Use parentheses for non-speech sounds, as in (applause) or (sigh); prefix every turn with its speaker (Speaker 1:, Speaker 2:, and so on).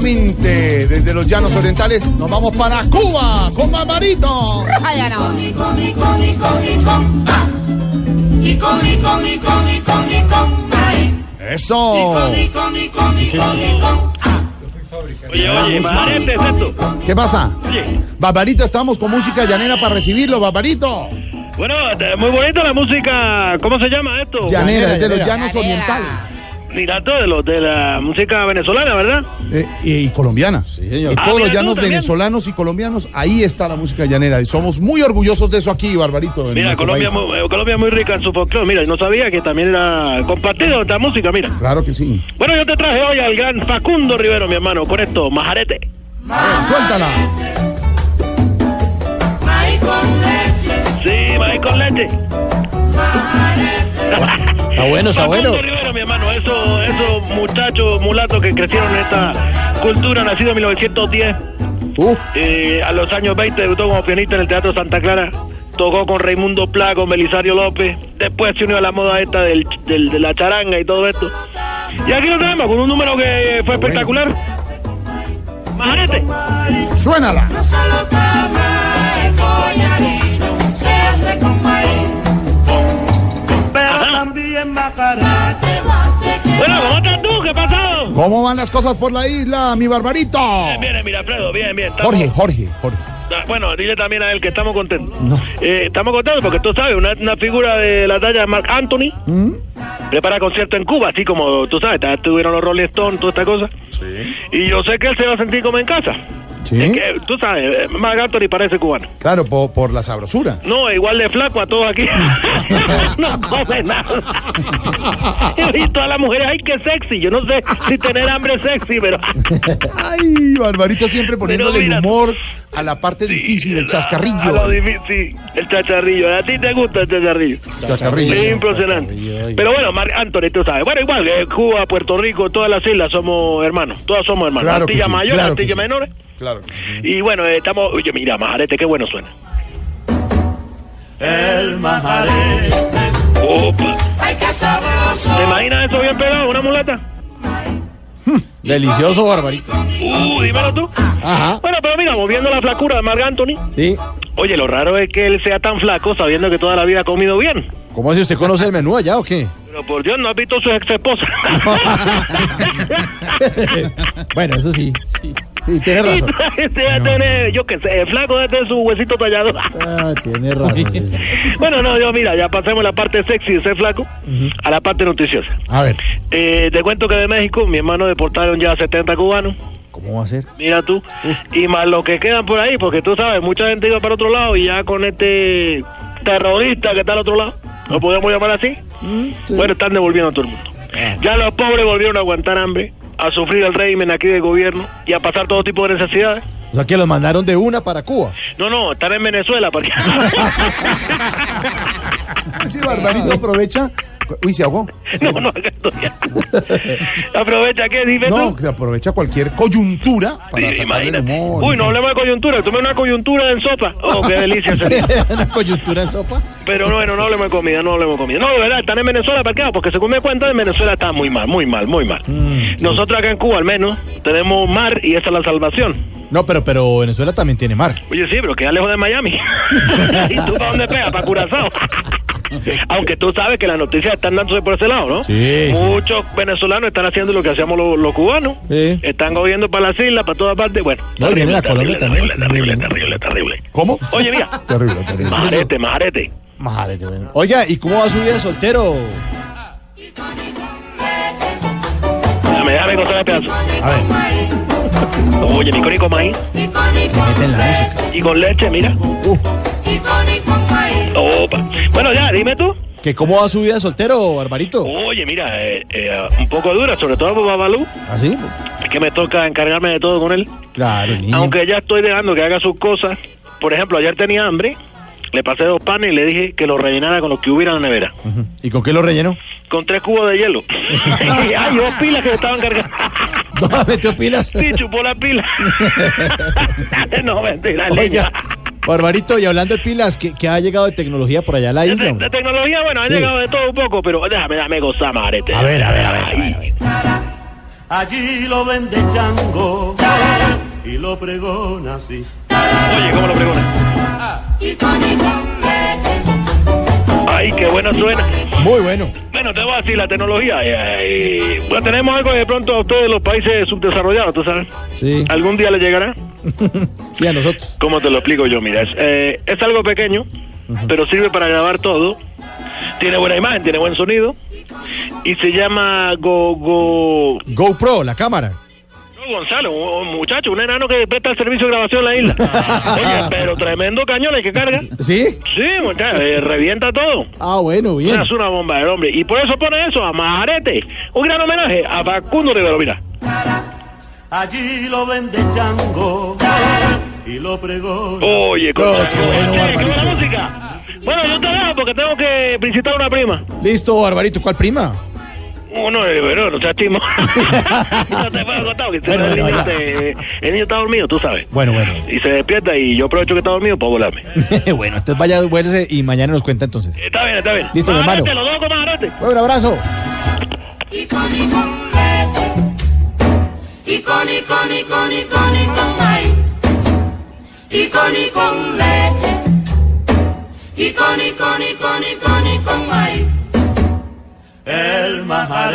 Speaker 1: directamente desde los llanos orientales. Nos vamos para Cuba con Mamarito.
Speaker 2: Allá no.
Speaker 1: Eso.
Speaker 3: Oye, oye, Marete, es esto.
Speaker 1: ¿Qué pasa?
Speaker 3: Oye,
Speaker 1: Barbarito, estamos con música llanera para recibirlo, Barbarito.
Speaker 3: bueno, eh, muy bonita la música. ¿Cómo se llama esto?
Speaker 1: Llanera, desde los
Speaker 4: llanera.
Speaker 1: llanos
Speaker 2: Llanera.
Speaker 1: orientales.
Speaker 3: Mira, todo de, lo- de la música venezolana, ¿verdad?
Speaker 1: Eh, y, y colombiana. En
Speaker 3: Ah,
Speaker 1: todos
Speaker 3: mira
Speaker 1: los
Speaker 3: tú,
Speaker 1: llanos
Speaker 3: también.
Speaker 1: venezolanos y colombianos, ahí está la música llanera. Y somos muy orgullosos de eso aquí, Barbarito. en
Speaker 3: Mira,
Speaker 1: nuestro
Speaker 3: Colombia,
Speaker 1: país.
Speaker 3: muy, eh, Colombia es muy rica en su folclore. Mira, y no sabía que también era compartido esta música, mira.
Speaker 1: Claro que sí.
Speaker 3: Bueno, yo te traje hoy al gran Facundo Rivero, mi hermano, con esto, Majarete.
Speaker 1: Suéltala.
Speaker 3: Sí, maíz con leche.
Speaker 4: Está bueno, está
Speaker 3: Facundo
Speaker 4: bueno.
Speaker 3: Rivero, mi hermano, esos, esos muchachos mulatos que crecieron en esta cultura, nacido en 1910.
Speaker 1: Uh,
Speaker 3: Eh, a los años 20 debutó como pianista en el Teatro Santa Clara. Tocó con Raimundo Pla, con Belisario López. Después se unió a la moda esta del, del- de la charanga y todo esto. Y aquí lo tenemos con un número que fue espectacular. Majarete.
Speaker 1: suénala.
Speaker 5: No solo tamaño, collarín, se hace con maíz,
Speaker 4: Ah.
Speaker 3: Ajá.
Speaker 5: e
Speaker 3: Bueno, ¿cómo estás tú? ¿Qué ha pasado?
Speaker 1: ¿Cómo van las cosas por la isla, mi Barbarito?
Speaker 3: Bien, bien, mira, Alfredo, bien, bien. estamos-
Speaker 1: Jorge, Jorge, Jorge.
Speaker 3: Ah, Bueno, dile también a él que estamos contentos. Eh, estamos contentos porque tú sabes, una, una figura de la talla de Mark Anthony prepara concierto en Cuba, así como tú sabes, ta- tuvieron los Rolling Stones, toda esta cosa. Y yo sé que él se va a sentir como en casa.
Speaker 1: Sí.
Speaker 3: Es que, tú sabes, eh, Mark Anthony parece cubano.
Speaker 1: Claro, po- por la sabrosura.
Speaker 3: No, igual de flaco a todos aquí. (laughs) no come nada. (laughs) He visto a las mujeres, ay, qué sexy. Yo no sé si tener hambre es sexy, pero...
Speaker 1: Ay, Barbarito siempre poniéndole el
Speaker 3: mira-
Speaker 1: humor a la parte difícil, el
Speaker 3: A
Speaker 1: chascarrillo.
Speaker 3: lo difícil, el chacharrillo. ¿A ti te gusta el chacharrillo?
Speaker 1: Chascarrillo.
Speaker 3: Es impresionante. Pero bueno, Mar Anthony, tú sabes. Bueno, igual, eh, Cuba, Puerto Rico, todas las islas somos hermanos. Todas somos hermanos.
Speaker 1: Claro que
Speaker 3: Antillas
Speaker 1: sí,
Speaker 3: mayores,
Speaker 1: claro que
Speaker 3: Antillas
Speaker 1: sí.
Speaker 3: menores.
Speaker 1: Claro. que sí.
Speaker 3: Y bueno, eh, estamos. Oye, mira, majarete, qué bueno suena. El majarete. Opa.
Speaker 5: hay que sabroso.
Speaker 3: ¿Te imaginas eso bien pegado, una mulata?
Speaker 4: Delicioso, Barbarito.
Speaker 3: Uh, dímelo tú.
Speaker 4: Ajá.
Speaker 3: Bueno, pero mira, moviendo la flacura de Marc Anthony.
Speaker 4: Sí.
Speaker 3: Oye, lo raro es que él sea tan flaco sabiendo que toda la vida ha comido bien.
Speaker 4: ¿Cómo hace usted conoce el menú allá o qué?
Speaker 3: Pero por Dios, ¿no has visto a su ex
Speaker 1: (laughs)
Speaker 3: esposa? (laughs)
Speaker 4: bueno, eso sí. Sí, tiene
Speaker 3: (laughs)
Speaker 1: (laughs)
Speaker 4: razón.
Speaker 3: Debe tener, yo qué sé, flaco desde su huesito tallado. (laughs)
Speaker 4: Ah, tiene razón. sí, sí.
Speaker 3: bueno, no, yo mira, ya pasemos la parte sexy de ser flaco a la parte noticiosa.
Speaker 4: A ver,
Speaker 3: Eh, te cuento que de México, mi hermano deportaron ya 70 cubanos.
Speaker 4: ¿cómo va a ser?
Speaker 3: Mira tú, y más los que quedan por ahí, porque tú sabes, mucha gente iba para otro lado y ya con este terrorista que está al otro lado, lo podemos llamar así. Bueno, están devolviendo a todo el mundo. Ya los pobres volvieron a aguantar hambre, a sufrir el régimen aquí del gobierno y a pasar todo tipo de necesidades.
Speaker 4: O sea, que los mandaron de una para Cuba.
Speaker 3: No, no, están en Venezuela. Porque...
Speaker 1: Ese Ah, Barbarito aprovecha. Uy, se ahogó.
Speaker 3: (laughs) no, no, acá estoy. Aprovecha que dime
Speaker 1: No,
Speaker 3: tú.
Speaker 1: que aprovecha cualquier coyuntura para
Speaker 3: Sí,
Speaker 1: sacarle el
Speaker 3: imagínate.
Speaker 1: humor.
Speaker 3: Uy, no hablemos de coyuntura, tomé una coyuntura en sopa. Oh, qué delicia
Speaker 1: (laughs)
Speaker 3: sería.
Speaker 4: una coyuntura en sopa.
Speaker 3: Pero no, bueno, no hablemos de comida, no hablemos de comida. No, de verdad, están en Venezuela parqueados, porque según me cuentan, en Venezuela está muy mal, muy mal, muy mal.
Speaker 1: Mm,
Speaker 3: Nosotros acá en Cuba, al menos, tenemos mar y esa es la salvación.
Speaker 4: No, pero, pero Venezuela también tiene mar.
Speaker 3: Oye, sí, pero queda lejos de Miami. (laughs) ¿Y tú para dónde pegas? Para Curazao. (laughs) Aunque tú sabes que las noticias están dándose por ese lado, ¿no?
Speaker 4: Sí, sí.
Speaker 3: Muchos venezolanos están haciendo lo que hacíamos los, los cubanos.
Speaker 4: Sí.
Speaker 3: Están gobierno para las islas, para todas partes. Bueno,
Speaker 4: No, y viene la Colombia
Speaker 3: terrible,
Speaker 4: también.
Speaker 3: terrible, terrible, terrible.
Speaker 1: ¿Cómo?
Speaker 3: Oye,
Speaker 4: (laughs)
Speaker 3: mira,
Speaker 1: Terrible, terrible.
Speaker 3: majarete, majarete.
Speaker 4: Madre de Dios. Oiga, ¿y cómo va su vida de soltero?
Speaker 3: Déjame, déjame contar el pedazo.
Speaker 4: A ver,
Speaker 3: Oye, mi cónico maíz.
Speaker 5: Y con y
Speaker 4: se mete en
Speaker 5: con
Speaker 4: la música.
Speaker 3: Y con leche, mira.
Speaker 5: y con y con maíz.
Speaker 3: Opa. Bueno, ya, dime tú.
Speaker 4: ¿Que ¿Cómo va su vida de soltero, Barbarito?
Speaker 3: Oye, mira, eh, eh, un poco dura, sobre todo por Babalú,
Speaker 4: ¿Así?
Speaker 3: que me toca encargarme de todo con él.
Speaker 4: ¿Ah, Claro, niño.
Speaker 3: Aunque ya estoy dejando que haga sus cosas. Por ejemplo, ayer tenía hambre, le pasé dos panes y le dije que los rellenara con los que hubiera en la nevera.
Speaker 4: Ujú. ¿Y con qué lo rellenó?
Speaker 3: Con tres cubos de hielo. (laughs) y hay dos pilas que me estaban
Speaker 4: (laughs)
Speaker 3: cargando.
Speaker 4: (laughs) No, metió pilas.
Speaker 3: sí, chupó la pila. (laughs) no, mentira, leña.
Speaker 4: (laughs) Oiga, Barbarito, y hablando de pilas, ¿qué, qué ha llegado de tecnología por allá a la isla?
Speaker 3: De,
Speaker 4: hombre?
Speaker 3: de tecnología, bueno, ha
Speaker 4: Sí.
Speaker 3: llegado de todo un poco, pero déjame, déjame gozar, madre.
Speaker 4: A ver, a ver, a ver, a
Speaker 3: Ay,
Speaker 4: ver, a ver.
Speaker 2: Allí lo vende chango y lo pregona así.
Speaker 3: Oye, ¿cómo lo pregona?
Speaker 5: y con y con leche.
Speaker 3: Ay, qué bueno suena.
Speaker 4: Muy bueno.
Speaker 3: Bueno, te voy a decir la tecnología. ay, ay. Bueno, tenemos algo de pronto a ustedes, los países subdesarrollados, ¿tú sabes?
Speaker 4: Sí.
Speaker 3: ¿Algún día le llegará?
Speaker 4: Sí, a nosotros.
Speaker 3: ¿Cómo te lo explico yo? Mira, es, eh, es algo pequeño, pero sirve para grabar todo. Tiene buena imagen, tiene buen sonido. Y se llama Go... Go...
Speaker 4: GoPro, la cámara.
Speaker 3: Yo, Gonzalo, un un muchacho, un enano que presta el servicio de grabación en
Speaker 4: (laughs)
Speaker 3: la isla. Oye, pero tremendo cañón el que carga.
Speaker 4: ¿Sí?
Speaker 3: Sí, muchacho, eh, revienta todo.
Speaker 4: Ah, bueno, bien.
Speaker 3: Es una bomba del hombre. Y por eso pone eso, a Majarete. Un gran homenaje a Facundo Rivero, mira.
Speaker 2: Allí lo vende chango y lo pregona.
Speaker 3: Oye, con
Speaker 4: No, Oh, qué bueno,
Speaker 3: Oye, qué
Speaker 4: Barbarito.
Speaker 3: buena música. Bueno, yo te dejo porque tengo que visitar a una prima.
Speaker 4: Listo, Barbarito. ¿Cuál prima?
Speaker 3: Uno, eh, bueno, no seas (laughs) chimo. no te puedo contar, porque
Speaker 4: Bueno,
Speaker 3: el,
Speaker 4: bueno,
Speaker 3: niño
Speaker 4: ya.
Speaker 3: se- el niño está dormido, tú sabes.
Speaker 4: Bueno, bueno. (laughs)
Speaker 3: Y se despierta y yo aprovecho que está dormido pues, para volarme.
Speaker 4: bueno, entonces vaya, vuélvese y mañana nos cuenta entonces.
Speaker 3: Está bien, está bien.
Speaker 4: Listo, mi
Speaker 3: Majarete,
Speaker 4: hermano.
Speaker 3: los dos con Majarete.
Speaker 4: Bueno, un abrazo.
Speaker 5: y con y con leche. Y con y con y con y con y con maíz. Y con y con leche. Y con y con y con y con y con maíz.
Speaker 2: El majarete.